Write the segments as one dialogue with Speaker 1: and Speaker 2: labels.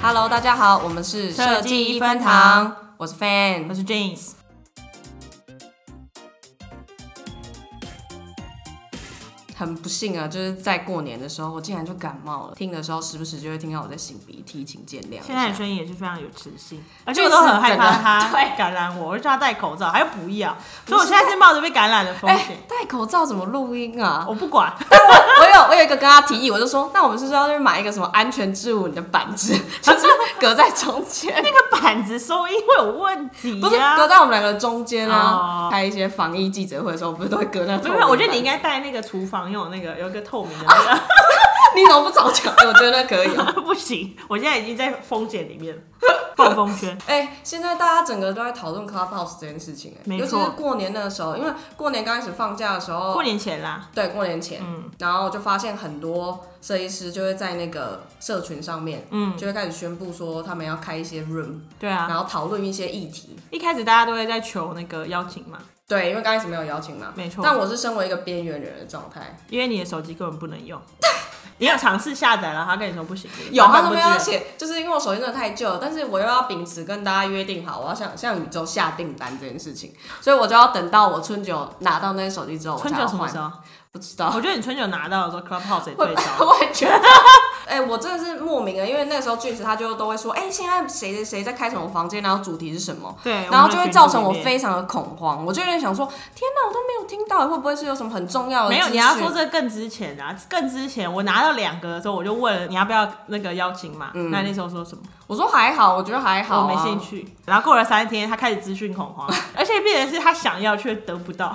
Speaker 1: Hello，大家好，我们是
Speaker 2: 设计一分
Speaker 1: 堂，我是 Fan，
Speaker 2: 我是 James。
Speaker 1: 很不幸啊，就是在过年的时候，我竟然就感冒了。听的时候，时不时就会听到我在擤鼻涕，请见谅一下。
Speaker 2: 现在的声音也是非常有磁性，而且
Speaker 1: 就
Speaker 2: 我
Speaker 1: 是
Speaker 2: 都很害怕
Speaker 1: 整个
Speaker 2: 他感染我，我就叫他戴口罩，还有不要，所以我
Speaker 1: 是
Speaker 2: 现在是冒着被感染的风
Speaker 1: 哎、
Speaker 2: 险，
Speaker 1: 戴口罩怎么录音啊？
Speaker 2: 我不管。
Speaker 1: 我有我有一个跟他提议，我就说，那我们是不是要去买一个什么安全之吻的板子， 就是隔在中间，
Speaker 2: 那个板子收音会有问题
Speaker 1: 不是
Speaker 2: 呀、
Speaker 1: 隔在我们两个中间啊？
Speaker 2: 哦
Speaker 1: 开一些防疫记者会的时候，不是都会隔那透
Speaker 2: 没
Speaker 1: 明
Speaker 2: 有
Speaker 1: 板？
Speaker 2: 没有，我觉得你应该带那个厨房用那个有一个透明的那个，
Speaker 1: 你怎么不早讲？ 我觉得可以、哦。
Speaker 2: 不行，我现在已经在风险里面了，暴风圈。
Speaker 1: 哎、现在大家整个都在讨论 Clubhouse 这件事情、哎，
Speaker 2: 没
Speaker 1: 尤
Speaker 2: 错
Speaker 1: 其是过年那个时候，因为过年刚开始放假的时候，
Speaker 2: 过年嗯前啦，
Speaker 1: 对，过年前，然后就发现很多设计师就会在那个社群上面，
Speaker 2: 嗯
Speaker 1: 就会开始宣布说他们要开一些 room，、
Speaker 2: 对啊，
Speaker 1: 然后讨论一些议题。
Speaker 2: 一开始大家都会在求那个邀请嘛，
Speaker 1: 对，因为刚开始没有邀请嘛，
Speaker 2: 没错
Speaker 1: 但我是身为一个边缘人的状态，
Speaker 2: 因为你的手机根本不能用。 你有尝试下载了，他跟你说不行，
Speaker 1: 有
Speaker 2: 版
Speaker 1: 他
Speaker 2: 本
Speaker 1: 这
Speaker 2: 不
Speaker 1: 边要
Speaker 2: 支
Speaker 1: 写，就是因为我手机真的太旧了，但是我又要秉持跟大家约定好，我要向向宇宙下订单这件事情，所以我就要等到我春酒拿到那些手机之后，
Speaker 2: 援。
Speaker 1: 我才
Speaker 2: 春
Speaker 1: 要
Speaker 2: 酒什么
Speaker 1: 换
Speaker 2: 时。候？
Speaker 1: 不知道，
Speaker 2: 我觉得你春酒拿到的时候，Clubhouse 也
Speaker 1: 我
Speaker 2: 对焦。
Speaker 1: 我也觉得，哎、我真的是莫名的，因为那时候俊驰他就都会说，哎、现在谁谁谁在开什么房间，然后主题是什么，
Speaker 2: 对，
Speaker 1: 然后
Speaker 2: 们
Speaker 1: 就
Speaker 2: 的
Speaker 1: 会
Speaker 2: 群
Speaker 1: 造成
Speaker 2: 组
Speaker 1: 我
Speaker 2: 里面
Speaker 1: 非常的恐慌，我就有点想说，天哪，我都没有听到，会不会是有什么很重要的？
Speaker 2: 没有。你要说，这更之前啊，更之前我拿到两个的时候，我就问了你要不要那个邀请码，那那时候说什么？
Speaker 1: 我说还好，我觉得还嗯好、啊
Speaker 2: 我没兴。趣。然后过了三天，他开始资讯 恐慌，而且变成是他想要却得不到，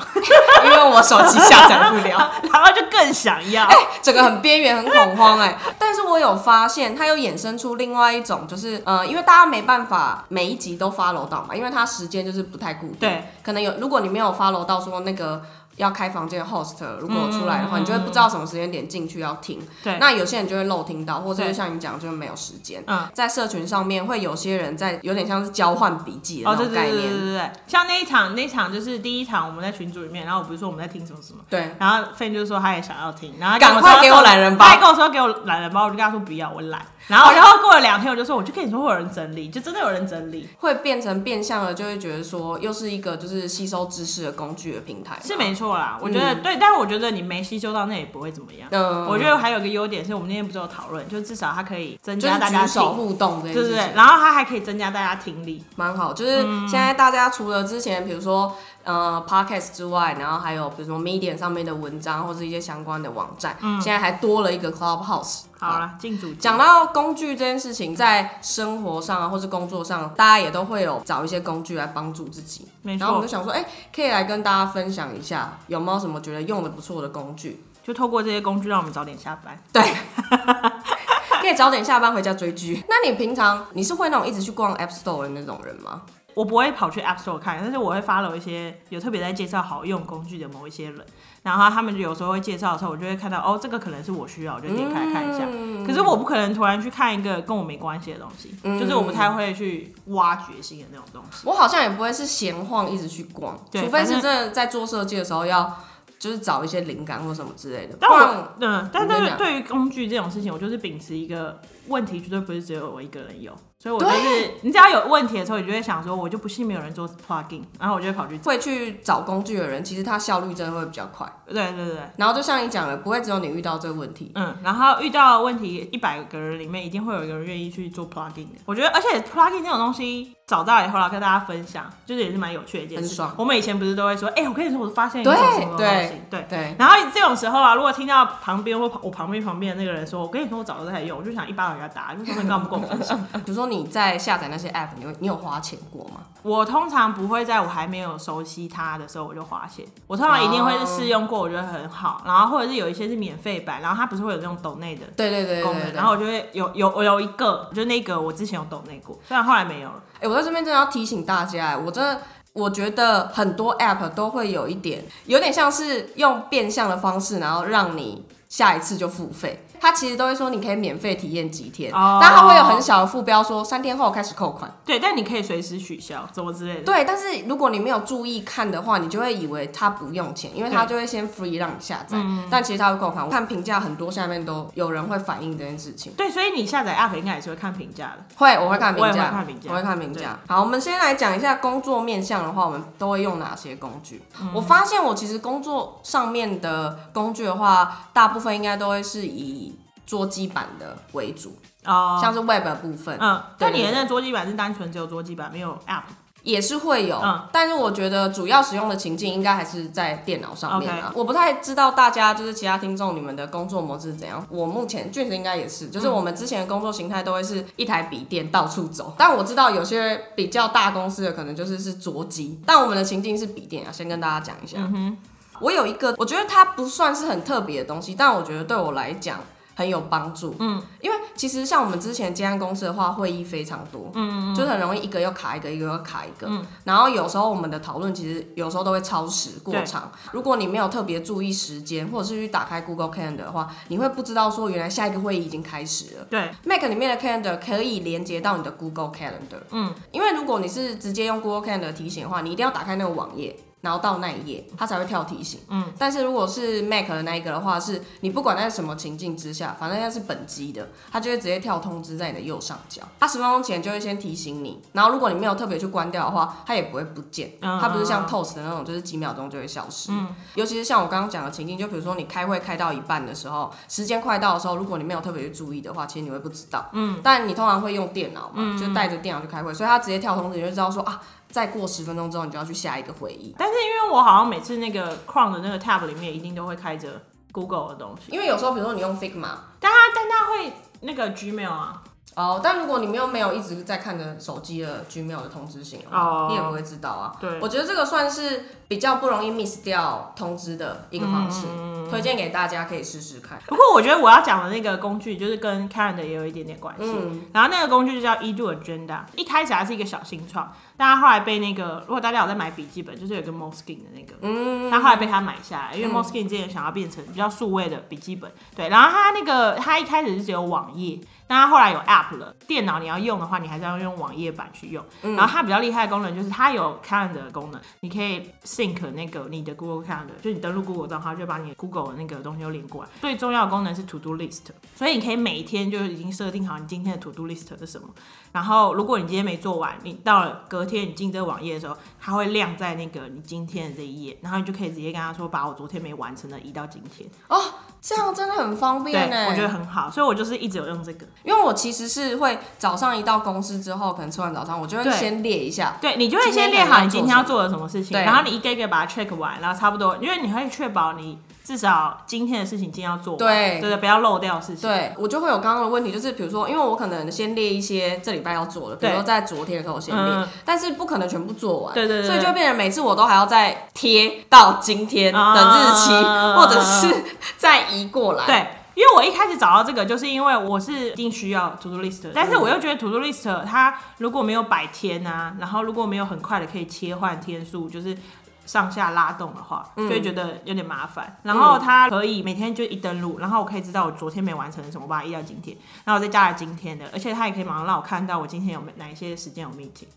Speaker 1: 因为我手机下载不了，
Speaker 2: 然后就更想 要。
Speaker 1: 整个很边缘、很恐慌哎、但是我有发现，它又衍生出另外一种，就是呃，因为大家没办法每一集都 follow 到嘛，因为它时间就是不太固定。
Speaker 2: 对，
Speaker 1: 可能有如果你没有 follow 到说那个要开房间的 host 如果有出来的
Speaker 2: 嗯
Speaker 1: 话，你就会不知道什么时间点进去要听。
Speaker 2: 对
Speaker 1: 那有些人就会漏听到，或者就
Speaker 2: 对
Speaker 1: 像你讲，就是没有时间。
Speaker 2: 嗯，
Speaker 1: 在社群上面会有些人在有点像是交换笔记的
Speaker 2: 哦，
Speaker 1: 那
Speaker 2: 对
Speaker 1: 种
Speaker 2: 对
Speaker 1: 概
Speaker 2: 对对
Speaker 1: 念。
Speaker 2: 对对对，像那一场，那一场就是第一场我们在群组里面，然后我不是说我们在听什么什么，
Speaker 1: 对，
Speaker 2: 然后 Fan 就说他也想要听，然后他
Speaker 1: 赶快给我懒人包哦
Speaker 2: 他还跟我说给我懒人包，我就跟他说不要，我懒。然后然后过了两天，我就说我就跟你说会有人整理，就真的有人整理，
Speaker 1: 会变成变相的，就会觉得说又是一个就是吸收知识的工具的平台嘛。
Speaker 2: 是没错啦。我觉得、对，但是我觉得你没吸收到那也不会怎么样。
Speaker 1: 嗯，
Speaker 2: 我觉得还有一个优点是我们那天不是有讨论，就至少它可以增
Speaker 1: 就
Speaker 2: 加
Speaker 1: 是
Speaker 2: 大家
Speaker 1: 举手
Speaker 2: 听，
Speaker 1: 互动这件
Speaker 2: 对对
Speaker 1: 事
Speaker 2: 对，嗯
Speaker 1: 情，
Speaker 2: 然后它还可以增加大家听力。
Speaker 1: 蛮好。就是现在大家除了之前比如说呃 podcast 之外，然后还有比如说 Medium 上面的文章或是一些相关的网站，现在还多了一个 Clubhouse。
Speaker 2: 嗯好啦，进主题
Speaker 1: 讲到工具这件事情，在生活上啊，或是工作上，大家也都会有找一些工具来帮助自己。
Speaker 2: 没
Speaker 1: 然后我
Speaker 2: 错
Speaker 1: 们就，想说，哎、可以来跟大家分享一下，有没有什么觉得用的不错的工具？
Speaker 2: 就透过这些工具让我们早点下班。
Speaker 1: 可以早点下班回家追剧。那你平常你是会那种一直去逛 App Store 的那种人吗？
Speaker 2: 我不会跑去 App Store 看，但是我会 follow 一些有特别在介绍好用工具的某一些人，然后他们就有时候会介绍的时候，我就会看到哦，这个可能是我需要，我就点开看一下。
Speaker 1: 嗯
Speaker 2: 可是我不可能突然去看一个跟我没关系的东西，就是我不太会去挖掘性的那种东西。
Speaker 1: 我好像也不会是闲晃一直去逛，
Speaker 2: 对
Speaker 1: 除非是
Speaker 2: 反正
Speaker 1: 真的在做设计的时候要就是找一些灵感或什么之类的。
Speaker 2: 但
Speaker 1: 不然
Speaker 2: 我嗯，
Speaker 1: 你先
Speaker 2: 但但
Speaker 1: 讲
Speaker 2: 是对于工具这种事情，我就是秉持一个问题绝对不是只有我一个人有，所以我就是你只要有问题的时候，你就会想说，我就不信没有人做 plugin，然后我就会跑去
Speaker 1: 会去找工具的人，其实他效率真的会比较快。
Speaker 2: 对对对对。
Speaker 1: 然后就像你讲的，不会只有你遇到这个问题。
Speaker 2: 嗯，然后遇到问题，一百个人里面一定会有一个人愿意去做 plugin 的。我觉得，而且 plugin 这种东西找到以后啦，跟大家分享，就是也是蛮有趣的一件
Speaker 1: 很
Speaker 2: 事
Speaker 1: 爽。
Speaker 2: 我们以前不是都会说，哎、我跟你说，我发现一
Speaker 1: 对
Speaker 2: 个什么什么东西，对。
Speaker 1: 对，
Speaker 2: 然后这种时候啊，如果听到旁边或我旁边旁边的那个人说，我跟你说我早就在用，我就想一巴掌给他打，就说你干嘛不跟我分 享？
Speaker 1: 比如说你在下载那些 app，你会你有花钱过吗？
Speaker 2: 我通常不会在我还没有熟悉它的时候我就花钱，我通常一定会是试用过，我觉得很好，然后或者是有一些是免费版，然后它不是会有那种抖内的
Speaker 1: 对对对对
Speaker 2: 功
Speaker 1: 对
Speaker 2: 能，
Speaker 1: 对。
Speaker 2: 然后我就会有有我有一个，就那个我之前有抖那过，虽然后来没有了。
Speaker 1: 哎、我在这边真的要提醒大家、我真的我觉得很多 app 都会有一点，有点像是用变相的方式，然后让你下一次就付费。它其实都会说你可以免费体验几天，
Speaker 2: 哦
Speaker 1: 但它会有很小的副标说三天后开始扣款。
Speaker 2: 对，但你可以随时取消，怎么之类的。
Speaker 1: 对，但是如果你没有注意看的话，你就会以为它不用钱，因为它就会先 free 让你下载，但其实它会扣款。我看评价很多，下面都有人会反映这件事情。
Speaker 2: 对，所以你下载 app 应该也是会看评价的。
Speaker 1: 会，我会看评
Speaker 2: 我也会
Speaker 1: 价，
Speaker 2: 看评价
Speaker 1: 我会看评价。好，我们先来讲一下工作面向的话，我们都会用哪些工具？
Speaker 2: 嗯
Speaker 1: 我发现我其实工作上面的工具的话，大部分应该都会是以桌机版的为主，
Speaker 2: 哦、
Speaker 1: 像是 Web 的部分。
Speaker 2: 嗯，
Speaker 1: 对
Speaker 2: 但你的那个桌机版是单纯只有桌机版，没有 app。
Speaker 1: 也是会有，
Speaker 2: 嗯
Speaker 1: 但是我觉得主要使用的情境应该还是在电脑上面啊。
Speaker 2: OK
Speaker 1: 我不太知道大家就是其他听众你们的工作模式是怎样。我目前确实应该也是，
Speaker 2: 嗯
Speaker 1: 就是我们之前的工作形态都会是一台笔电到处走，但我知道有些比较大公司的可能就是是桌机，但我们的情境是笔电啊。先跟大家讲一下，
Speaker 2: 嗯
Speaker 1: 我有一个，我觉得它不算是很特别的东西，但我觉得对我来讲。很有帮助，嗯，因为其实像我们之前接案公司的话，会议非常多，嗯就是很容易一个又卡一个，一个又卡一个，然后有时候我们的讨论其实有时候都会超时过长。如果你没有特别注意时间，或者是去打开 Google Calendar 的话，你会不知道说原来下一个会议已经开始了。
Speaker 2: 对，
Speaker 1: Mac 里面的 Calendar 可以连接到你的 Google Calendar，嗯，因为如果你是直接用 Google Calendar 提醒的话，你一定要打开那个网页，然后到那一页，它才会跳提醒，嗯。但是如果是 Mac 的那一个的话，是你不管在什么情境之下，反正它是本机的，它就会直接跳通知在你的右上角，它十分钟前就会先提醒你，然后如果你没有特别去关掉的话，它也不会不见，
Speaker 2: 嗯
Speaker 1: 它不是像 Toast 的那种，就是几秒钟就会消失，尤其是像我刚刚讲的情境，就比如说你开会开到一半的时候，时间快到的时候，如果你没有特别去注意的话，其实你会不知道。嗯，但你通常会用电脑嘛，
Speaker 2: 嗯
Speaker 1: 就带着电脑去开会，所以他直接跳通知，你就知道说啊，再过十分钟之后你就要去下一个会议。
Speaker 2: 但是因为我好像每次那个 Chrome 的那个 tab 里面一定都会开着 Google 的东西，
Speaker 1: 因为有时候，比如说你用 Figma，
Speaker 2: 但它但它会那个 Gmail 啊，
Speaker 1: 哦，但如果你们又没有一直在看着手机的 Gmail 的通知信的话
Speaker 2: 哦
Speaker 1: 你也不会知道啊。
Speaker 2: 对
Speaker 1: 我觉得这个算是比较不容易 miss 掉通知的一个方式，
Speaker 2: 嗯
Speaker 1: 推荐给大家可以试试看。
Speaker 2: 不过我觉得我要讲的那个工具就是跟 Calendar 也有一点点关系。
Speaker 1: 嗯
Speaker 2: 然后那个工具就叫 E Edo Agenda，一开始它是一个小新创，但它后来被那个如果大家有在买笔记本，就是有一个 Moskin 的那个，嗯，它后来被他买下来，因为 Moskin 之前想要变成比较数位的笔记本，对。然后它那个它一开始是只有网页，但它后来有 App 了，电脑你要用的话，你还是要用网页版去用。然后它比较厉害的功能就是它有 Calendar 的功能，你可以 sync 那个你的 Google Calendar，就你登录 Google 账号，它就把你的 Google 的那个东西都连过来。最重要的功能是 To Do List，所以你可以每一天就已经设定好你今天的 To Do List 是什么。然后如果你今天没做完，你到了隔天你进这个网页的时候，它会亮在那个你今天的这一页，然后你就可以直接跟他说把我昨天没完成的移到今天。
Speaker 1: 哦，这样真的很方便呢、
Speaker 2: 对，我觉得很好，所以我就是一直有用这个。
Speaker 1: 因为我其实是会早上一到公司之后，可能吃完早餐，我就会
Speaker 2: 对
Speaker 1: 先列一下。
Speaker 2: 对你就会先列好你今天要
Speaker 1: 今
Speaker 2: 做的什么事情，
Speaker 1: 对
Speaker 2: 然后你一个一个把它 check 完，然后差不多，因为你会确保你至少今天的事情今天要做完，
Speaker 1: 对
Speaker 2: 对对，不要漏掉事情。
Speaker 1: 对，我就会有刚刚的问题，就是比如说，因为我可能先列一些这礼拜要做的，比如说
Speaker 2: 对
Speaker 1: 在昨天的时候先列
Speaker 2: 嗯，
Speaker 1: 但是不可能全部做完，
Speaker 2: 对对对
Speaker 1: 所以就变成每次我都还要再贴到今天的日期，
Speaker 2: 啊
Speaker 1: 或者是再移过来。
Speaker 2: 对，因为我一开始找到这个，就是因为我是一定需要 to do list，的但是我又觉得 to do list 它如果没有百天啊，然后如果没有很快的可以切换天数，就是。上下拉动的话，就会觉得有点麻烦。然后它可以每天就一登录，然后我可以知道我昨天没完成的什么，我把它移到今天，然后我再加了今天的，而且它也可以马上让我看到我今天有没哪一些时间有 meeting。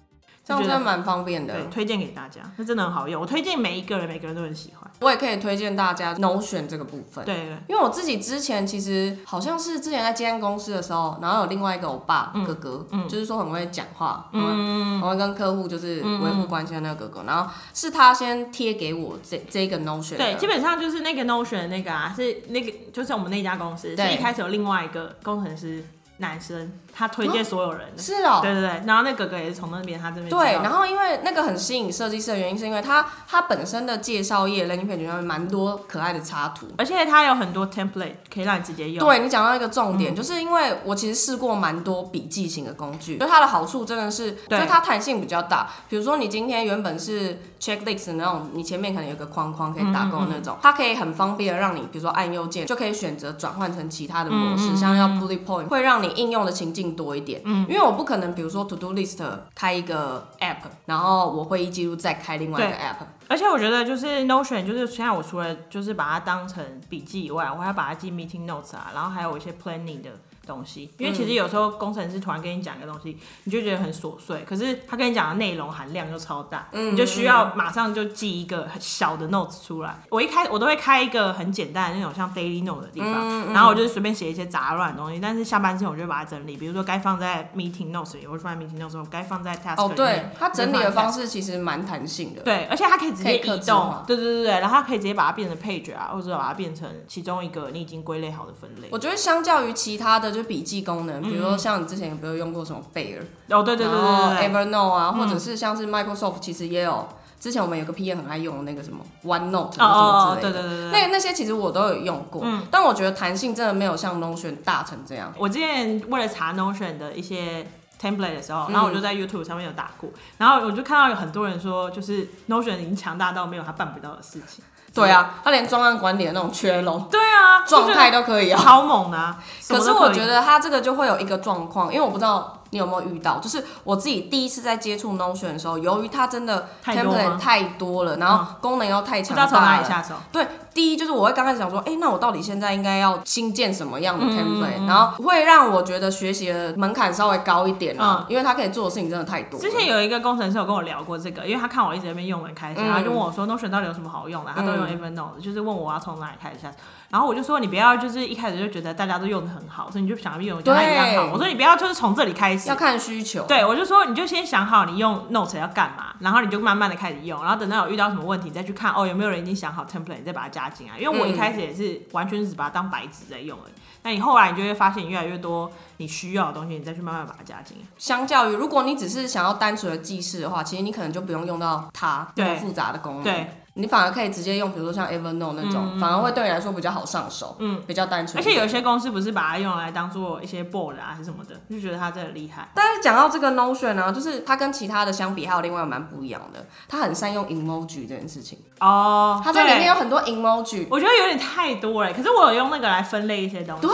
Speaker 1: 这样
Speaker 2: 就
Speaker 1: 真
Speaker 2: 觉
Speaker 1: 的
Speaker 2: 得
Speaker 1: 蛮方便的。
Speaker 2: 对，推荐给大家，那真的很好用。我推荐每一个人，每个人都很喜欢。
Speaker 1: 我也可以推荐大家 Notion 这个部分。
Speaker 2: 对对
Speaker 1: 因为我自己之前其实好像是之前在接案公司的时候，然后有另外一个欧巴、
Speaker 2: 嗯
Speaker 1: 哥哥，就是说很会讲话，嗯，很会跟客户就是维护关系的那个哥
Speaker 2: 嗯
Speaker 1: 哥，然后是他先贴给我这这一个 notion，
Speaker 2: 对，
Speaker 1: 的
Speaker 2: 基本上就是那个 Notion 的那个啊，是那个就是我们那家公司，
Speaker 1: 对
Speaker 2: 是一开始有另外一个工程师男生，他推荐所有人的，
Speaker 1: 是哦、
Speaker 2: 对对对，然后那哥哥也是从那边他这边知道
Speaker 1: 对，然后因为那个很吸引设计师的原因，是因为他他本身的介绍页 landing page 上面蛮多可爱的插图，
Speaker 2: 而且他有很多 template 可以让你直接用，
Speaker 1: 对你讲到一个重
Speaker 2: 嗯
Speaker 1: 点，就是因为我其实试过蛮多笔记型的工具，就它的好处真的是，就
Speaker 2: 对
Speaker 1: 是它弹性比较大。比如说你今天原本是 checklist 的那种，你前面可能有个框框可以打勾的
Speaker 2: 嗯
Speaker 1: 那种，它可以很方便的让你，比如说按右键就可以选择转换成其他的模
Speaker 2: 嗯
Speaker 1: 式，像要 bullet point，会让你应用的情境多一点。因为我不可能，比如说 to do list 开一个 app，然后我会议记录再开另外一个
Speaker 2: 对
Speaker 1: app，
Speaker 2: 而且我觉得就是 Notion，就是现在我除了就是把它当成笔记以外，我还把它记 meeting notes 啊，然后还有一些 planning 的东西。因为
Speaker 1: 嗯
Speaker 2: 其实有时候工程师突然跟你讲一个东西，你就觉得很琐碎，可是他跟你讲的内容含量就超大，你就
Speaker 1: 嗯
Speaker 2: 需要马上就记一个很小的 notes 出来。我一开我都会开一个很简单的那种像 daily note 的地
Speaker 1: 嗯
Speaker 2: 方，然后我就随便写一些杂乱的东西，但是下班之后我就会把它整理，比如说该放在 meeting notes 里，我就放在 meeting notes 里，该放在 task 里
Speaker 1: 哦
Speaker 2: 面，
Speaker 1: 对，它整理
Speaker 2: 我就
Speaker 1: 的
Speaker 2: 放在
Speaker 1: 方式其实蛮弹性的。
Speaker 2: 对，而且它可以直接
Speaker 1: 可以
Speaker 2: 移
Speaker 1: 克制化
Speaker 2: 动，对对对对，然后它可以直接把它变成配角啊，或者把它变成其中一个你已经归类好的分类。
Speaker 1: 我觉得相较于其他的，就笔记功能，比如说像你之前有没有用过什么贝尔，
Speaker 2: 哦，嗯对对对
Speaker 1: 然后
Speaker 2: 对对对
Speaker 1: Evernote 啊，或者是像是 Microsoft，其实也有。之前我们有个 P 也很爱用的那个什么 OneNote
Speaker 2: 哦哦
Speaker 1: 什么
Speaker 2: 哦，
Speaker 1: 之
Speaker 2: 对
Speaker 1: 类
Speaker 2: 对
Speaker 1: 的，
Speaker 2: 对嗯对。
Speaker 1: 那那些其实我都有用过，但我觉得弹性真的没有像 Notion 大成这样。
Speaker 2: 我之前为了查 Notion 的一些 template 的时候，
Speaker 1: 嗯
Speaker 2: 然后我就在 YouTube 上面有打过，然后我就看到有很多人说，就是 Notion 已经强大到没有他办不到的事情。
Speaker 1: 对啊，它连专案管理的那种缺漏
Speaker 2: 对啊，就觉
Speaker 1: 状
Speaker 2: 得
Speaker 1: 态都可以啊。
Speaker 2: 超猛的啊。什
Speaker 1: 可
Speaker 2: 么
Speaker 1: 是
Speaker 2: 都
Speaker 1: 我
Speaker 2: 以
Speaker 1: 觉得它这个就会有一个状况，因为我不知道你有没有遇到，就是我自己第一次在接触 Notion 的时候，由于它真的
Speaker 2: 太多
Speaker 1: template
Speaker 2: 吗嗯
Speaker 1: 太多了，然后功能又太
Speaker 2: 不知
Speaker 1: 强
Speaker 2: 道从
Speaker 1: 大
Speaker 2: 哪里
Speaker 1: 了。
Speaker 2: 下手。
Speaker 1: 对，第一就是我会刚开始想说，哎、那我到底现在应该要新建什么样
Speaker 2: 嗯
Speaker 1: 的 template，、然后会让我觉得学习的门槛稍微高一点啊，因为它可以做的事情真的太多了。
Speaker 2: 嗯之前有一个工程师有跟我聊过这个，因为他看我一直在那边用很开心，
Speaker 1: 嗯
Speaker 2: 然后就问我说 Notion 到底有什么好用的、他都用 Evernote，、就是问我要从哪里开始下手。然后我就说你不要就是一开始就觉得大家都用的很好，所以你就想要用跟他一样好。
Speaker 1: 对
Speaker 2: 我说你不要就是从这里开始
Speaker 1: 要。看需求，
Speaker 2: 对，我就说你就先想好你用 Note 要干嘛，然后你就慢慢的开始用，然后等到有遇到什么问题，你再去看哦有没有人已经想好 template，你再把它加进来。因为我一
Speaker 1: 嗯
Speaker 2: 开始也是完全只把它当白纸在用而已。那你后来你就会发现你越来越多你需要的东西，你再去慢慢把它加进来。
Speaker 1: 相较于如果你只是想要单纯的记事的话，其实你可能就不用用到它那么
Speaker 2: 对
Speaker 1: 复杂的功能。
Speaker 2: 对，
Speaker 1: 你反而可以直接用，比如说像 Evernote 那
Speaker 2: 嗯
Speaker 1: 种，反而会对你来说比较好上手，嗯，比较单纯。
Speaker 2: 而且有一些公司不是把它用来当做一些 board 啊还是什么的，就觉得它真的厉害。
Speaker 1: 但是讲到这个 Notion 呢、就是它跟其他的相比，还有另外蛮不一样的，它很善用 emoji 这件事情，
Speaker 2: 哦
Speaker 1: 它在里面有很多 emoji。
Speaker 2: 我觉得有点太多了，可是我有用那个来分类一些东西。
Speaker 1: 对，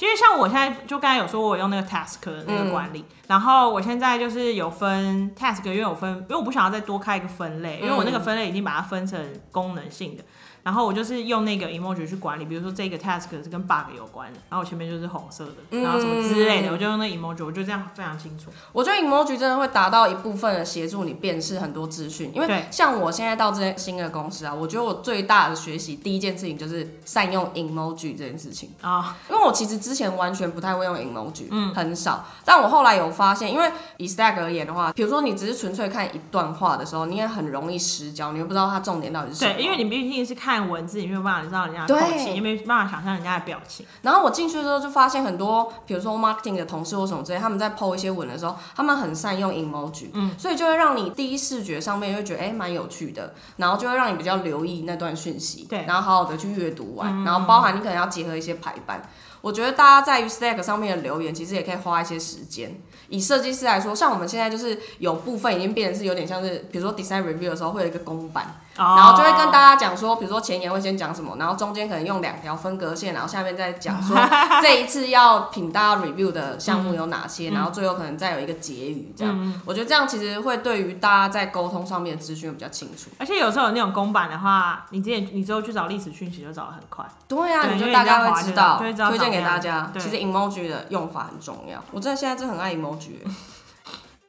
Speaker 2: 因为像我现在就刚才有说，我有用那个 task 的那
Speaker 1: 嗯
Speaker 2: 个管理，然后我现在就是有分 task，因为我分，因为我不想要再多开一个分类，因为我
Speaker 1: 嗯
Speaker 2: 那个分类已经把它分成功能性的。然后我就是用那个 emoji 去管理，比如说这个 task 是跟 bug 有关的，然后我前面就是红色的，然后什么之类
Speaker 1: 嗯
Speaker 2: 的，我就用那 emoji，我就这样非常清楚。
Speaker 1: 我觉得 emoji 真的会达到一部分的协助你辨识很多资讯，因为
Speaker 2: 对
Speaker 1: 像我现在到这些新的公司啊，我觉得我最大的学习第一件事情就是善用 emoji 这件事情。
Speaker 2: 啊、
Speaker 1: 因为我其实之前完全不太会用 emoji，嗯，很少。但我后来有发现，因为以 stack 而言的话，比如说你只是纯粹看一段话的时候，你也很容易失焦，你又不知道它重点到底是什么。
Speaker 2: 对，因为你毕竟是看文字，你没有办法知道人家的
Speaker 1: 对
Speaker 2: 口气，你没有办法想象人家的表情。
Speaker 1: 然后我进去之后就发现很多，比如说 marketing 的同事或什么之类，他们在 PO 一些文的时候，他们很善用 emoji，嗯，所以就会让你第一视觉上面就会觉得哎蛮、有趣的，然后就会让你比较留意那段讯息，
Speaker 2: 对
Speaker 1: 然后好好的去阅读完，然后包含你可能要结合一些排版。我觉得大家在于 Stack 上面的留言，其实也可以花一些时间。以设计师来说，像我们现在就是有部分已经变成是有点像是，比如说 design review 的时候会有一个公版，然后就会跟大家
Speaker 2: 家
Speaker 1: 讲说，比如说前言会先讲什么，然后中间可能用两条分隔线，然后下面再讲说这一次要请大家 review 的项目有哪些，然后最后可能再有一个结语这样。我觉得这样其实会对于大家在沟通上面的资讯会比较清楚。
Speaker 2: 而且有时候有那种公版的话，你之前你之后去找历史讯息就找得很 快。
Speaker 1: 对啊，
Speaker 2: 对
Speaker 1: 你
Speaker 2: 因
Speaker 1: 就
Speaker 2: 为
Speaker 1: 大
Speaker 2: 你要
Speaker 1: 概
Speaker 2: 划
Speaker 1: 会知
Speaker 2: 这个
Speaker 1: 道
Speaker 2: 就会，知道
Speaker 1: 推荐
Speaker 2: 长
Speaker 1: 给
Speaker 2: 那样
Speaker 1: 大家。
Speaker 2: 对
Speaker 1: 其实 emoji 的用法很重要，我真的现在真的很爱 emoji 欸。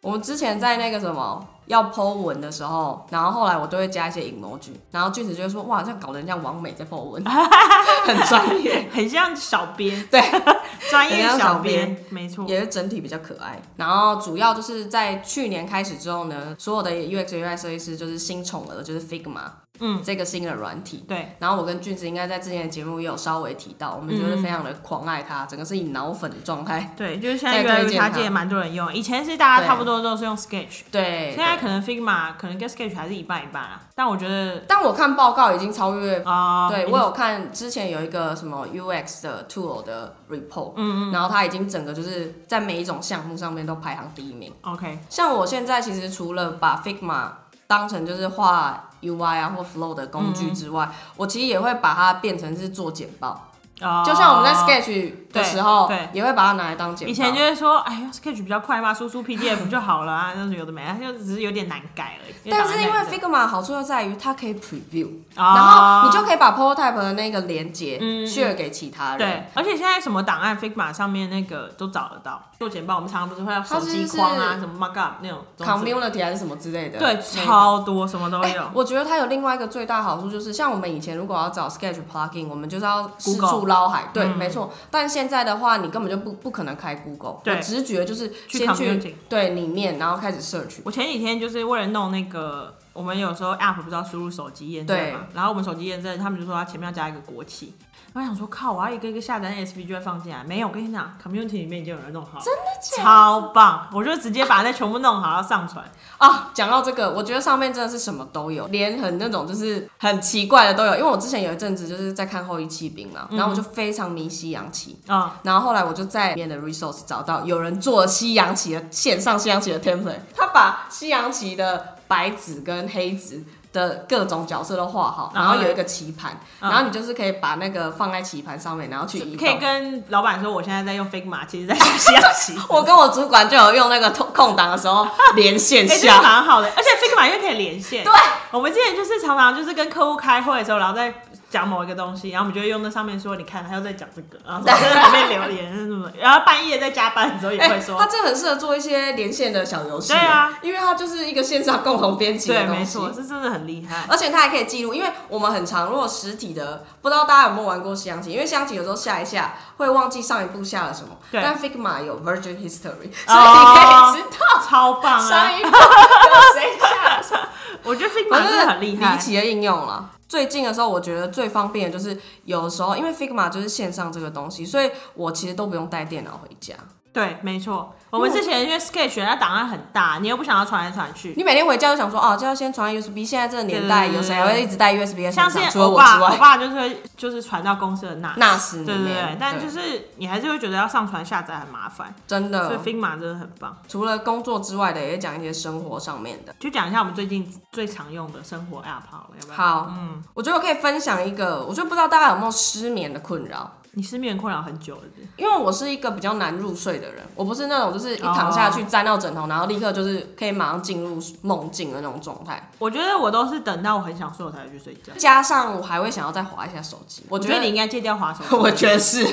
Speaker 1: 我们之前在那个什么要 Po 文的时候，然后后来我都会加一些 emoji，然后句子就会说哇，这样搞得很像王美在 Po 文， 很专业。
Speaker 2: 很像小编，
Speaker 1: 对，
Speaker 2: 专业
Speaker 1: 很像小
Speaker 2: 小编，没错。
Speaker 1: 也是整体比较可爱。然后主要就是在去年开始之后呢，所有的 UX UI 设计师就是新宠儿，就是 Figma，
Speaker 2: 嗯，
Speaker 1: 这个新的软体。
Speaker 2: 对，
Speaker 1: 然后我跟俊子应该在之前的节目也有稍微提到，我们
Speaker 2: 嗯
Speaker 1: 就是非常的狂爱它，整个是以脑粉的状态。
Speaker 2: 对，就是现在
Speaker 1: 再
Speaker 2: 越来
Speaker 1: 推
Speaker 2: 越
Speaker 1: 荐
Speaker 2: 差
Speaker 1: 它
Speaker 2: 劲，也蛮多人用。以前是大家
Speaker 1: 对
Speaker 2: 差不多都是用 Sketch，
Speaker 1: 对，
Speaker 2: 现在
Speaker 1: 对
Speaker 2: 可能 Figma 可能跟 Sketch 还是一半一半啊。但我觉得
Speaker 1: 但我看报告已经超越
Speaker 2: 啊，
Speaker 1: 对
Speaker 2: 已
Speaker 1: 我有看之前有一个什么 UX 的 tool 的 report，嗯嗯，然后它已经整个就是在每一种项目上面都排行第一名。
Speaker 2: OK，
Speaker 1: 像我现在其实除了把 Figma 当成就是
Speaker 2: 嗯
Speaker 1: 画 UI 啊或 Flow 的工具之外，我其实也会把它变成是做简报。
Speaker 2: 哦
Speaker 1: 就像我们在 Sketch 的时候，
Speaker 2: 对对
Speaker 1: 也会把它拿来当简报。
Speaker 2: 以前就会说，哎用，Sketch 比较快嘛，输出 PDF 就好了啊， 那种有的没，就只是有点难改而已。
Speaker 1: 但是因
Speaker 2: 档
Speaker 1: 为
Speaker 2: 案太
Speaker 1: Figma 好处就在于它可以 preview，、
Speaker 2: 哦嗯
Speaker 1: 然后你就可以把 prototype 的那个连接 share 给其他人。
Speaker 2: 对，而且现在什么档案 Figma 上面那个都找得到。做简报我们常常不是会要手机框
Speaker 1: 它
Speaker 2: 啊，
Speaker 1: 是
Speaker 2: 什么 Markup 那种东西，
Speaker 1: community 还是什么之类的，
Speaker 2: 对，
Speaker 1: 那个
Speaker 2: 超多，什么都
Speaker 1: 哎
Speaker 2: 有。
Speaker 1: 我觉得它有另外一个最大好处就是，像我们以前如果要找 Sketch plugin，我们就是要四
Speaker 2: Google 嗯
Speaker 1: 处捞海，对，没错。但现在的话，你根本就不不可能开 Google，
Speaker 2: 对
Speaker 1: 我直觉就是
Speaker 2: 去
Speaker 1: 先去
Speaker 2: community
Speaker 1: 对里面，然后开始 search。
Speaker 2: 我前几天就是为了弄那个，我们有时候 App 不是要输入手机验证
Speaker 1: 对
Speaker 2: 嘛，然后我们手机验证，他们就说他前面要加一个国旗。我想说，靠，我要一个一个下载 SVG 再放进来。没有，我跟你讲，Community 里面已经有人弄好了，真的
Speaker 1: 假的
Speaker 2: 超棒！我就直接把那全部弄好，要上传。
Speaker 1: 啊，讲到这个，我觉得上面真的是什么都有，连很那种就是很奇怪的都有。因为我之前有一阵子就是在看《后裔骑兵》嘛，然后我就非常迷西洋棋。
Speaker 2: 嗯，
Speaker 1: 然后后来我就在里面的 resource 找到有人做西洋棋的线上西洋棋的 template，他把西洋棋的白纸跟黑纸的各种角色都画好，
Speaker 2: 然
Speaker 1: 然
Speaker 2: 后
Speaker 1: 后
Speaker 2: 嘞
Speaker 1: 有一个棋盘，
Speaker 2: 嗯
Speaker 1: 然后你就是可以把那个放在棋盘上面，然后去移
Speaker 2: 可以
Speaker 1: 动。
Speaker 2: 跟老板说，我现在在用 Figma，其实 在学西洋棋。
Speaker 1: 我跟我主管就有用那个空空档的时候连线
Speaker 2: 哎、这个
Speaker 1: 下，
Speaker 2: 蛮好的，而且 Figma 又可以连 线。
Speaker 1: 对，
Speaker 2: 我们之前就是常常就是跟客户开会的时候，然后在讲某一个东西，然后我们就会用那上面说，你看他又在讲这个，然后在旁边留言什么，然后半夜在加班的时候也
Speaker 1: 哎、
Speaker 2: 会说，
Speaker 1: 他真的很适合做一些连线的小游戏，
Speaker 2: 对啊，
Speaker 1: 因为它就是一个线上共同编辑的
Speaker 2: 对，
Speaker 1: 东西，
Speaker 2: 没错，这真的很厉害。
Speaker 1: 而且它还可以记录，因为我们很常，如果实体的，不知道大家有没有玩过西洋棋，因为西洋棋有时候下一下会忘记上一步下了什么。
Speaker 2: 对
Speaker 1: 但 Figma 有 Virgin History，所
Speaker 2: 哦
Speaker 1: 以你可以知道
Speaker 2: 超棒啊！
Speaker 1: 上 一步有谁下了什么，
Speaker 2: 我觉得 Figma
Speaker 1: 反
Speaker 2: 真
Speaker 1: 正
Speaker 2: 的很厉害
Speaker 1: 离，奇的应用了。最近的时候，我觉得最方便的就是有时候，因为 Figma 就是线上这个东西，所以我其实都不用带电脑回家。
Speaker 2: 对，没错。我们之前因为 Sketch 它档案很大，你又不想要传来传去，
Speaker 1: 你每天回家就想说，哦，就要先传 USB。现在这个年代，
Speaker 2: 对对对
Speaker 1: 有谁还会一直带 USB 在
Speaker 2: 像
Speaker 1: 身上？
Speaker 2: 是
Speaker 1: 除了
Speaker 2: 我
Speaker 1: 我之
Speaker 2: 爸，我
Speaker 1: 外，
Speaker 2: 爸就是会就是传到公司的那，
Speaker 1: 那时
Speaker 2: 对
Speaker 1: 里
Speaker 2: 对对
Speaker 1: 面，，
Speaker 2: 但就是你还是会觉得要上传下载很麻烦，
Speaker 1: 真的
Speaker 2: 所以 Figma 真的很棒。
Speaker 1: 除了工作之外的，也讲一些生活上面的。
Speaker 2: 就讲一下我们最近最常用的生活 app 好了，要不要？，
Speaker 1: 好，嗯，我觉得我可以分享一个，我就不知道大家有没有失眠的困扰，
Speaker 2: 你失眠困扰很久了是不是
Speaker 1: 因为我是一个比较难入睡的人，我不是那种就是一躺下去沾到枕头，然后立刻就是可以马上进入梦境的那种状态。
Speaker 2: 我觉得我都是等到我很想睡我才会去睡觉。
Speaker 1: 加上我还会想要再划一下手机，我
Speaker 2: 我
Speaker 1: 觉
Speaker 2: 觉
Speaker 1: 得
Speaker 2: 得你应该戒掉滑手机。
Speaker 1: 我觉得是。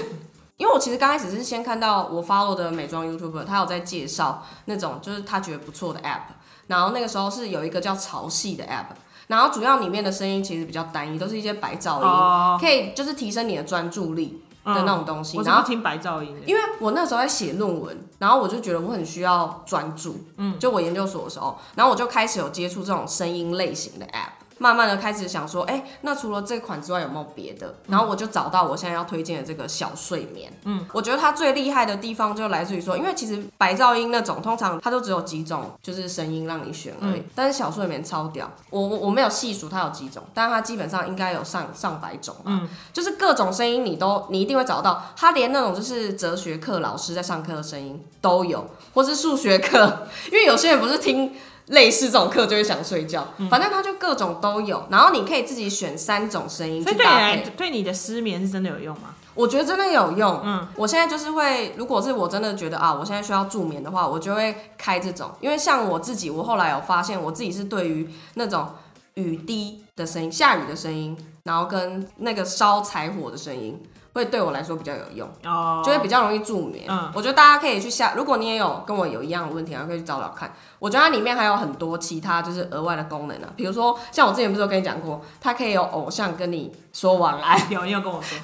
Speaker 1: 因为我其实刚开始是先看到我 follow 的美妆 YouTuber，他有在介绍那种就是他觉得不错的 app，然后那个时候是有一个叫潮汐的 app，然后主要里面的声音其实比较单一，都是一些白噪音，
Speaker 2: 哦
Speaker 1: 可以就是提升你的专注力
Speaker 2: 嗯
Speaker 1: 的那种东西。
Speaker 2: 我是
Speaker 1: 然后
Speaker 2: 不听白噪音的。
Speaker 1: 因为我那时候在写论文，然后我就觉得我很需要专注，嗯，就我研究所的时候，然后我就开始有接触这种声音类型的 app，慢慢的开始想说，哎、那除了这款之外有没有别的？然后我就找到我现在要推荐的这个小睡眠，嗯，我觉得它最厉害的地方就来自于说，因为其实白噪音那种通常它都只有几种就是声音让你选而
Speaker 2: 嗯
Speaker 1: 已，但是小睡眠超屌，我我我没有细数它有几种，但它基本上应该有上上百种吧，
Speaker 2: 嗯
Speaker 1: 就是各种声音你都你一定会找到，他连那种就是哲学课老师在上课的声音都有，或是数学课， 因为有些人不是听类似这种课就会想睡觉，
Speaker 2: 嗯
Speaker 1: 反正他就各种都有，然后你可以自己选三种声音
Speaker 2: 所
Speaker 1: 去
Speaker 2: 以对你
Speaker 1: 搭
Speaker 2: 来
Speaker 1: 配，
Speaker 2: 对你的失眠是真的有用吗？
Speaker 1: 我觉得真的有用。嗯，我现在就是会，如果是我真的觉得啊，我现在需要助眠的话，我就会开这种，因为像我自己，我后来有发现我自己是对于那种雨滴的声音、下雨的声音，然后跟那个烧柴火的声音，会对我来说比较有用。
Speaker 2: 哦，
Speaker 1: 就会比较容易助眠。
Speaker 2: 嗯
Speaker 1: 我觉得大家可以去下，如果你也有跟我有一样的问题啊，可以去找找看。我觉得它里面还有很多其他就是额外的功能啊，比如说像我之前不是有跟你讲过，它可以有偶像跟你说晚安。
Speaker 2: 有人有跟我说，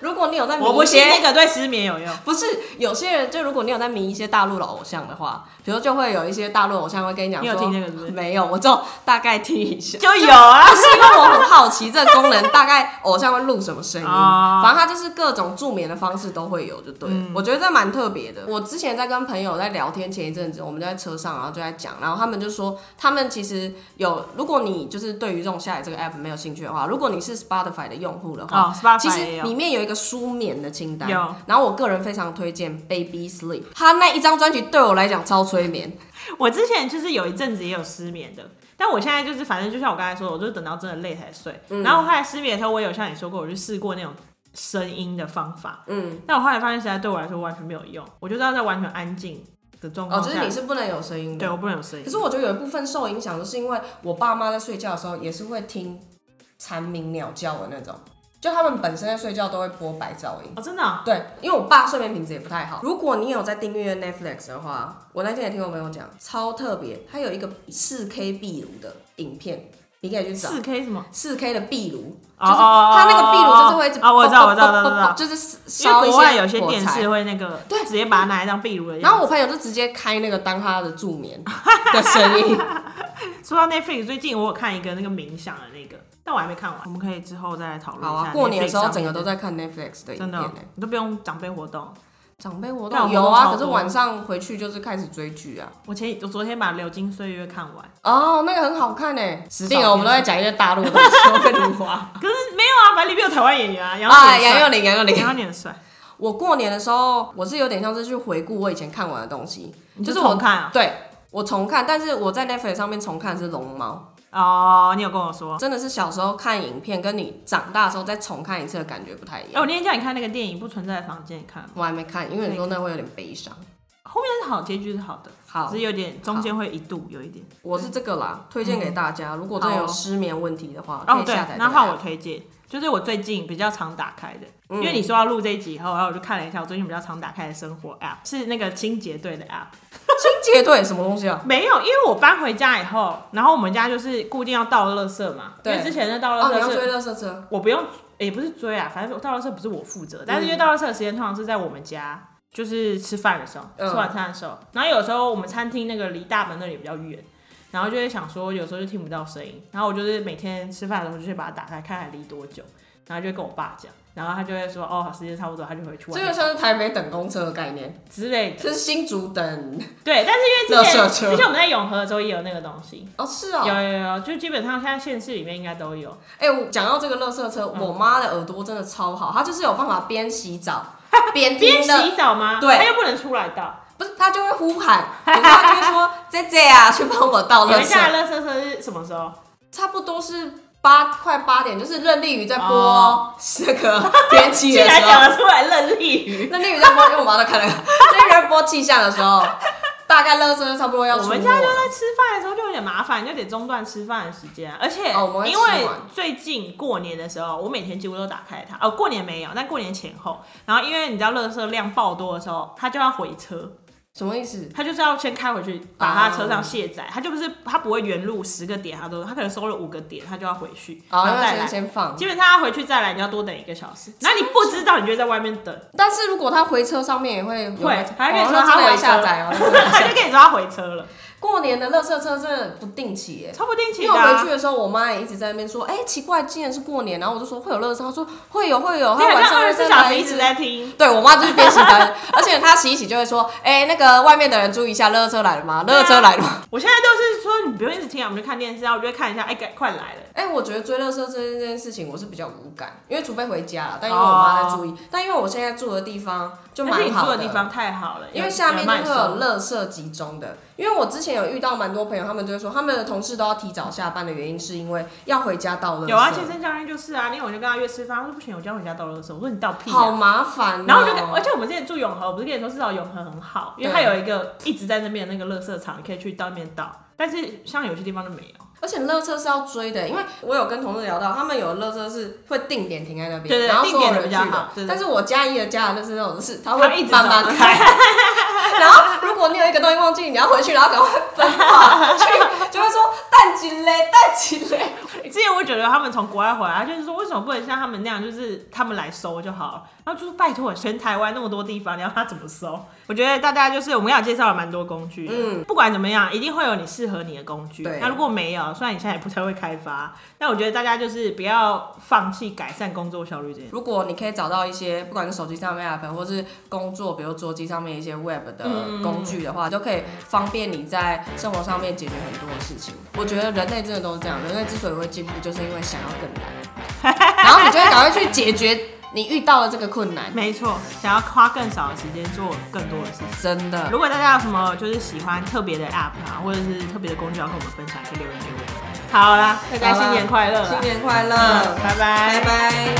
Speaker 1: 如果你有在迷
Speaker 2: 我不
Speaker 1: 一
Speaker 2: 信
Speaker 1: 些，
Speaker 2: 那个对失眠有 用。
Speaker 1: 不是有些人就如果你有在迷一些大陆的偶像的话，比如就会有一些大陆偶像会跟你讲
Speaker 2: 你
Speaker 1: 说，
Speaker 2: 有听这个是不是？
Speaker 1: 没有，我就大概听一下。
Speaker 2: 就有啊，
Speaker 1: 是因为我很好奇这个功能大概偶像会录什么声音，
Speaker 2: 哦
Speaker 1: 反正它就是各种助眠的方式都会有，就对了。
Speaker 2: 嗯
Speaker 1: 我觉得这蛮特别的。我之前在跟朋友在聊天，前一阵子我们就在车上，然后就在讲，然后他们就说，他们其实有，如果你就是对于这种下载这个 app 没有兴趣的话，如果你是 Spotify 的用户的话，
Speaker 2: 哦，Spotify
Speaker 1: 其
Speaker 2: 也
Speaker 1: 实
Speaker 2: 有
Speaker 1: 里面有一个舒眠的清单
Speaker 2: 有，
Speaker 1: 然后我个人非常推荐 Baby Sleep，它那一张专辑对我来讲超催眠。
Speaker 2: 我之前就是有一阵子也有失眠的，但我现在
Speaker 1: 嗯
Speaker 2: 就是反正就像我刚才说的，我就是等到真的累才睡。然后后来失眠的时候，我有像你说过，我就试过那种声音的方法。嗯，但我后来发现，实在对我来说完全没有用。我就知道在完全安静的状
Speaker 1: 哦，
Speaker 2: 况
Speaker 1: 就是
Speaker 2: 下，
Speaker 1: 你是不能有声音的
Speaker 2: 对。我不能有声音
Speaker 1: 可。是我觉得有一部分受影响，就是因为我爸妈在睡觉的时候也是会听蝉鸣、鸟叫的那种，就他们本身在睡觉都会播白噪音。
Speaker 2: 哦，真的啊、
Speaker 1: 对，因为我爸睡眠品质也不太好。如果你有在订阅 Netflix 的话，我那天也听我朋友讲，超特别，它有一个四 K 壁炉的影片，你可以去找。
Speaker 2: 四 K 什么？
Speaker 1: 四 K 的壁炉，就
Speaker 2: 哦
Speaker 1: 是它那个壁炉就是会一直
Speaker 2: 哦哦哦我知道我知道我知道
Speaker 1: 啵啵啵啵啵就是
Speaker 2: 因
Speaker 1: 烧
Speaker 2: 为
Speaker 1: 一
Speaker 2: 国外有些
Speaker 1: 火
Speaker 2: 电
Speaker 1: 柴
Speaker 2: 视会那个，
Speaker 1: 对
Speaker 2: 直接把它拿来当壁炉的
Speaker 1: 然
Speaker 2: 样
Speaker 1: 后我朋友就直接开那个当他的助眠的声音，
Speaker 2: 子。说到 Netflix，最近我有看一个那个冥想的那个，但我还没看完，我们可以之后再来讨论
Speaker 1: 好
Speaker 2: 一
Speaker 1: 啊，
Speaker 2: 下。
Speaker 1: 过年的时候整个都。在看 Netflix 的影片
Speaker 2: 真的哦、
Speaker 1: 欸
Speaker 2: 你都不用长辈活动。
Speaker 1: 长辈活
Speaker 2: 干活
Speaker 1: 动
Speaker 2: 动
Speaker 1: 有啊，
Speaker 2: 超
Speaker 1: 可是
Speaker 2: 多
Speaker 1: 晚上回去就是开始追剧啊。
Speaker 2: 我前我昨天把《流金岁月》看完，
Speaker 1: 哦，那个很好看诶，死定
Speaker 2: 少
Speaker 1: 了，我们都在讲一些大陆的东西，会被辱 华。
Speaker 2: 可是没有啊，反正里面有台湾演员啊，杨
Speaker 1: 啊，
Speaker 2: 佑
Speaker 1: 杨
Speaker 2: 宁
Speaker 1: 佑宁，杨佑
Speaker 2: 很帅，
Speaker 1: 宁。
Speaker 2: 杨佑宁很帅，
Speaker 1: 我过年的时候，我是有点像是去回顾我以前看完的东西，
Speaker 2: 你
Speaker 1: 就是
Speaker 2: 重
Speaker 1: 我
Speaker 2: 看啊。
Speaker 1: 对我重看，但是我在 Netflix 上面重看的是《龙猫》。
Speaker 2: 哦，你有跟我说。
Speaker 1: 真的是小时候看影片，跟你长大的时候再重看一次的感觉不太一
Speaker 2: 哎、
Speaker 1: 样。
Speaker 2: 我那天叫你看那个电影《不存在的房间》，你看了吗？
Speaker 1: 我还没看，因为你说那会有点悲伤。
Speaker 2: 后面是好结局是好的，
Speaker 1: 好
Speaker 2: 只，是有点中间会一度有一点。
Speaker 1: 我是这个啦，推荐给大家。如果真的有失眠问题的话，可
Speaker 2: 嗯哦，
Speaker 1: 以
Speaker 2: 对
Speaker 1: 下载，这
Speaker 2: 那
Speaker 1: 个
Speaker 2: 换
Speaker 1: app。
Speaker 2: 我推荐，就是我最近比较常打开的，
Speaker 1: 嗯
Speaker 2: 因为你说要录这一集以后，然后我就看了一下我最近比较常打开的生活 App 是那个清洁队的 App。
Speaker 1: 清洁队什么东西啊？
Speaker 2: 没有，因为我搬回家以后，然后我们家就是固定要倒垃圾嘛，因
Speaker 1: 对
Speaker 2: 为之前那倒
Speaker 1: 哦，
Speaker 2: 垃
Speaker 1: 你要
Speaker 2: 圾是
Speaker 1: 追垃圾车。
Speaker 2: 我不用，也不是追啊，反正倒垃圾不是我负
Speaker 1: 嗯
Speaker 2: 责，但是因为倒垃圾的时间通常是在我们家，就是吃饭的时候，
Speaker 1: 嗯
Speaker 2: 吃晚餐的时候，然后有时候我们餐厅那个离大门那里比较远，然后就会想说有时候就听不到声音，然后我就是每天吃饭的时候就去把它打开，看还离多久，然后就会跟我爸讲，然后他就会说哦时间差不多，他就回去
Speaker 1: 这个
Speaker 2: 玩
Speaker 1: 像是台北等公车的概念，
Speaker 2: 之类的，
Speaker 1: 就是新竹等
Speaker 2: 对，但是因为
Speaker 1: 垃
Speaker 2: 之前
Speaker 1: 圾车
Speaker 2: 之前我们在永和的时候也有那个东西。
Speaker 1: 哦，是
Speaker 2: 有
Speaker 1: 哦。
Speaker 2: 有有，就基本上现在县市里面应该都有，嗯
Speaker 1: 哎、我讲到这个垃圾车，我妈的耳朵真的超好，她就是有办法边洗澡 边
Speaker 2: 边
Speaker 1: 听的，
Speaker 2: 洗澡吗？
Speaker 1: 对
Speaker 2: 他又不能出来倒，
Speaker 1: 不是她就会呼喊， 可是她就会说姐姐啊，去帮我倒
Speaker 2: 你
Speaker 1: 垃
Speaker 2: 们
Speaker 1: 圾
Speaker 2: 下。的垃圾车是什么时候？
Speaker 1: 差不多是八快八点，就是任丽瑜在播
Speaker 2: 哦
Speaker 1: 这 个天气
Speaker 2: 居
Speaker 1: 的
Speaker 2: 然
Speaker 1: 时候，
Speaker 2: 讲得出来任力鱼，
Speaker 1: 任丽瑜在播，因为我妈在看那个，任丽瑜在播气象的时候，大概乐色差不多要
Speaker 2: 我
Speaker 1: 出啊
Speaker 2: 们家就
Speaker 1: 了
Speaker 2: 在吃饭的时候就有点麻烦，就得中断吃饭的时间啊、而且
Speaker 1: 哦我们会
Speaker 2: 因为
Speaker 1: 吃完
Speaker 2: 最近过年的时候，我每天几乎都打开它。哦，过年没有，但过年前后，然后因为你知道垃圾量爆多的时候，它就要回车，
Speaker 1: 什么意思？
Speaker 2: 它就是要先开回去把它车上卸载，它就不是它不会原路十个点它都，它可能收了五个点，它就要回去，然
Speaker 1: 好，
Speaker 2: 后
Speaker 1: 哦那
Speaker 2: 再
Speaker 1: 先
Speaker 2: 来。
Speaker 1: 先放。
Speaker 2: 基本上它回去再来，你要多等一个小时。那你不知道，你就在外面等，
Speaker 1: 但是如果他回车上面也会有
Speaker 2: 会还可以
Speaker 1: 哦
Speaker 2: 说
Speaker 1: 那真
Speaker 2: 他
Speaker 1: 的要
Speaker 2: 回车
Speaker 1: 下载哦。那真的要下
Speaker 2: 他就跟你说他回车了，
Speaker 1: 过年的乐色车真的不定期耶。
Speaker 2: 超不定期
Speaker 1: 因
Speaker 2: 的
Speaker 1: 为我
Speaker 2: 啊、
Speaker 1: 回去的时候，我妈也一直在那边说：“哎、奇怪，今年是过年。”然后我就说：“会有乐色。”她说：“会有，会有。”
Speaker 2: 你
Speaker 1: 她
Speaker 2: 好
Speaker 1: 晚
Speaker 2: 像
Speaker 1: 上
Speaker 2: 啊二
Speaker 1: 会
Speaker 2: 十
Speaker 1: 再
Speaker 2: 四小
Speaker 1: 来
Speaker 2: 时
Speaker 1: 一
Speaker 2: 一
Speaker 1: 次
Speaker 2: 直在听，
Speaker 1: 对我妈就是边洗澡，而且她洗一洗就会说：“哎、那个外面的人注意一下，乐车来了吗？
Speaker 2: 对啊
Speaker 1: 乐车来了吗
Speaker 2: 我现在都是说你不用一直听啊，我们就看电视啊，我就会看一下，哎、赶快来了。？”
Speaker 1: 哎、我觉得追乐车这件这件事情我是比较无感，因为除非回家了，但因为我妈在注意，但因为我现在住的地方就
Speaker 2: 哦但
Speaker 1: 蛮
Speaker 2: 是你
Speaker 1: 好
Speaker 2: 住的地方太好了，
Speaker 1: 因为下面就
Speaker 2: 有
Speaker 1: 会
Speaker 2: 卖
Speaker 1: 有
Speaker 2: 书
Speaker 1: 乐色集中的，因为我之前有遇到蛮多朋友，他们就会说他们的同事都要提早下班的原因是因为要回家倒乐
Speaker 2: 有啊，健身教练就是啊，因为我就跟他约吃饭，他说不行，我今天回家倒垃圾，我说你倒屁、
Speaker 1: 好
Speaker 2: 啊。
Speaker 1: 麻烦哦、
Speaker 2: 然后我就跟，而且我们之前住永和，我不是跟你说至少永和很好，因为它
Speaker 1: 对
Speaker 2: 有一个一直在那边的那个垃圾场，你可以去到那边倒。但是像有些地方就没有，
Speaker 1: 而且乐色是要追的，因为我有跟同事聊到，他们有乐色是会定点停在那边，
Speaker 2: 对对
Speaker 1: 然后
Speaker 2: 定
Speaker 1: 所有
Speaker 2: 点的
Speaker 1: 人
Speaker 2: 比
Speaker 1: 去
Speaker 2: 较
Speaker 1: 的
Speaker 2: 好对对
Speaker 1: 但是我嘉义的家的就是那种是，他
Speaker 2: 它
Speaker 1: 会
Speaker 2: 一直
Speaker 1: 慢哦慢
Speaker 2: 找
Speaker 1: 开。然后如果你有一个东西忘记，你要回去，然后赶快奔跑去，哎就会说蛋几嘞，蛋几嘞。
Speaker 2: 之前我觉得他们从国外回来，他就是说为什么不能像他们那样，就是他们来收就好了。然后就是拜托，全台湾那么多地方，你要他怎么收？我觉得大家就是我们要介绍了蛮多工具，嗯，不管怎么样，一定会有你适合你的工具
Speaker 1: 对。
Speaker 2: 那如果没有，虽然你现在也不太会开发，但我觉得大家就是不要放弃改善工作效率这件事。
Speaker 1: 如果你可以找到一些，不管是手机上面 app，或是工作，比如桌机上面一些 web 的工具的话，就可以方便你在生活上面解决很多的事情。我觉得人类真的都是这样，人类之所以会进步，就是因为想要更难， 然后你就会赶快去解决你遇到的这个困难，
Speaker 2: 没错，想要花更少的时间做更多的事情。
Speaker 1: 真的。
Speaker 2: 如果大家有什么就是喜欢特别的 app 啊，或者是特别的工具要跟我们分享，可以留言给我们。好啦，大家新年快乐啦！
Speaker 1: 新年快乐，
Speaker 2: 嗯拜拜
Speaker 1: 拜拜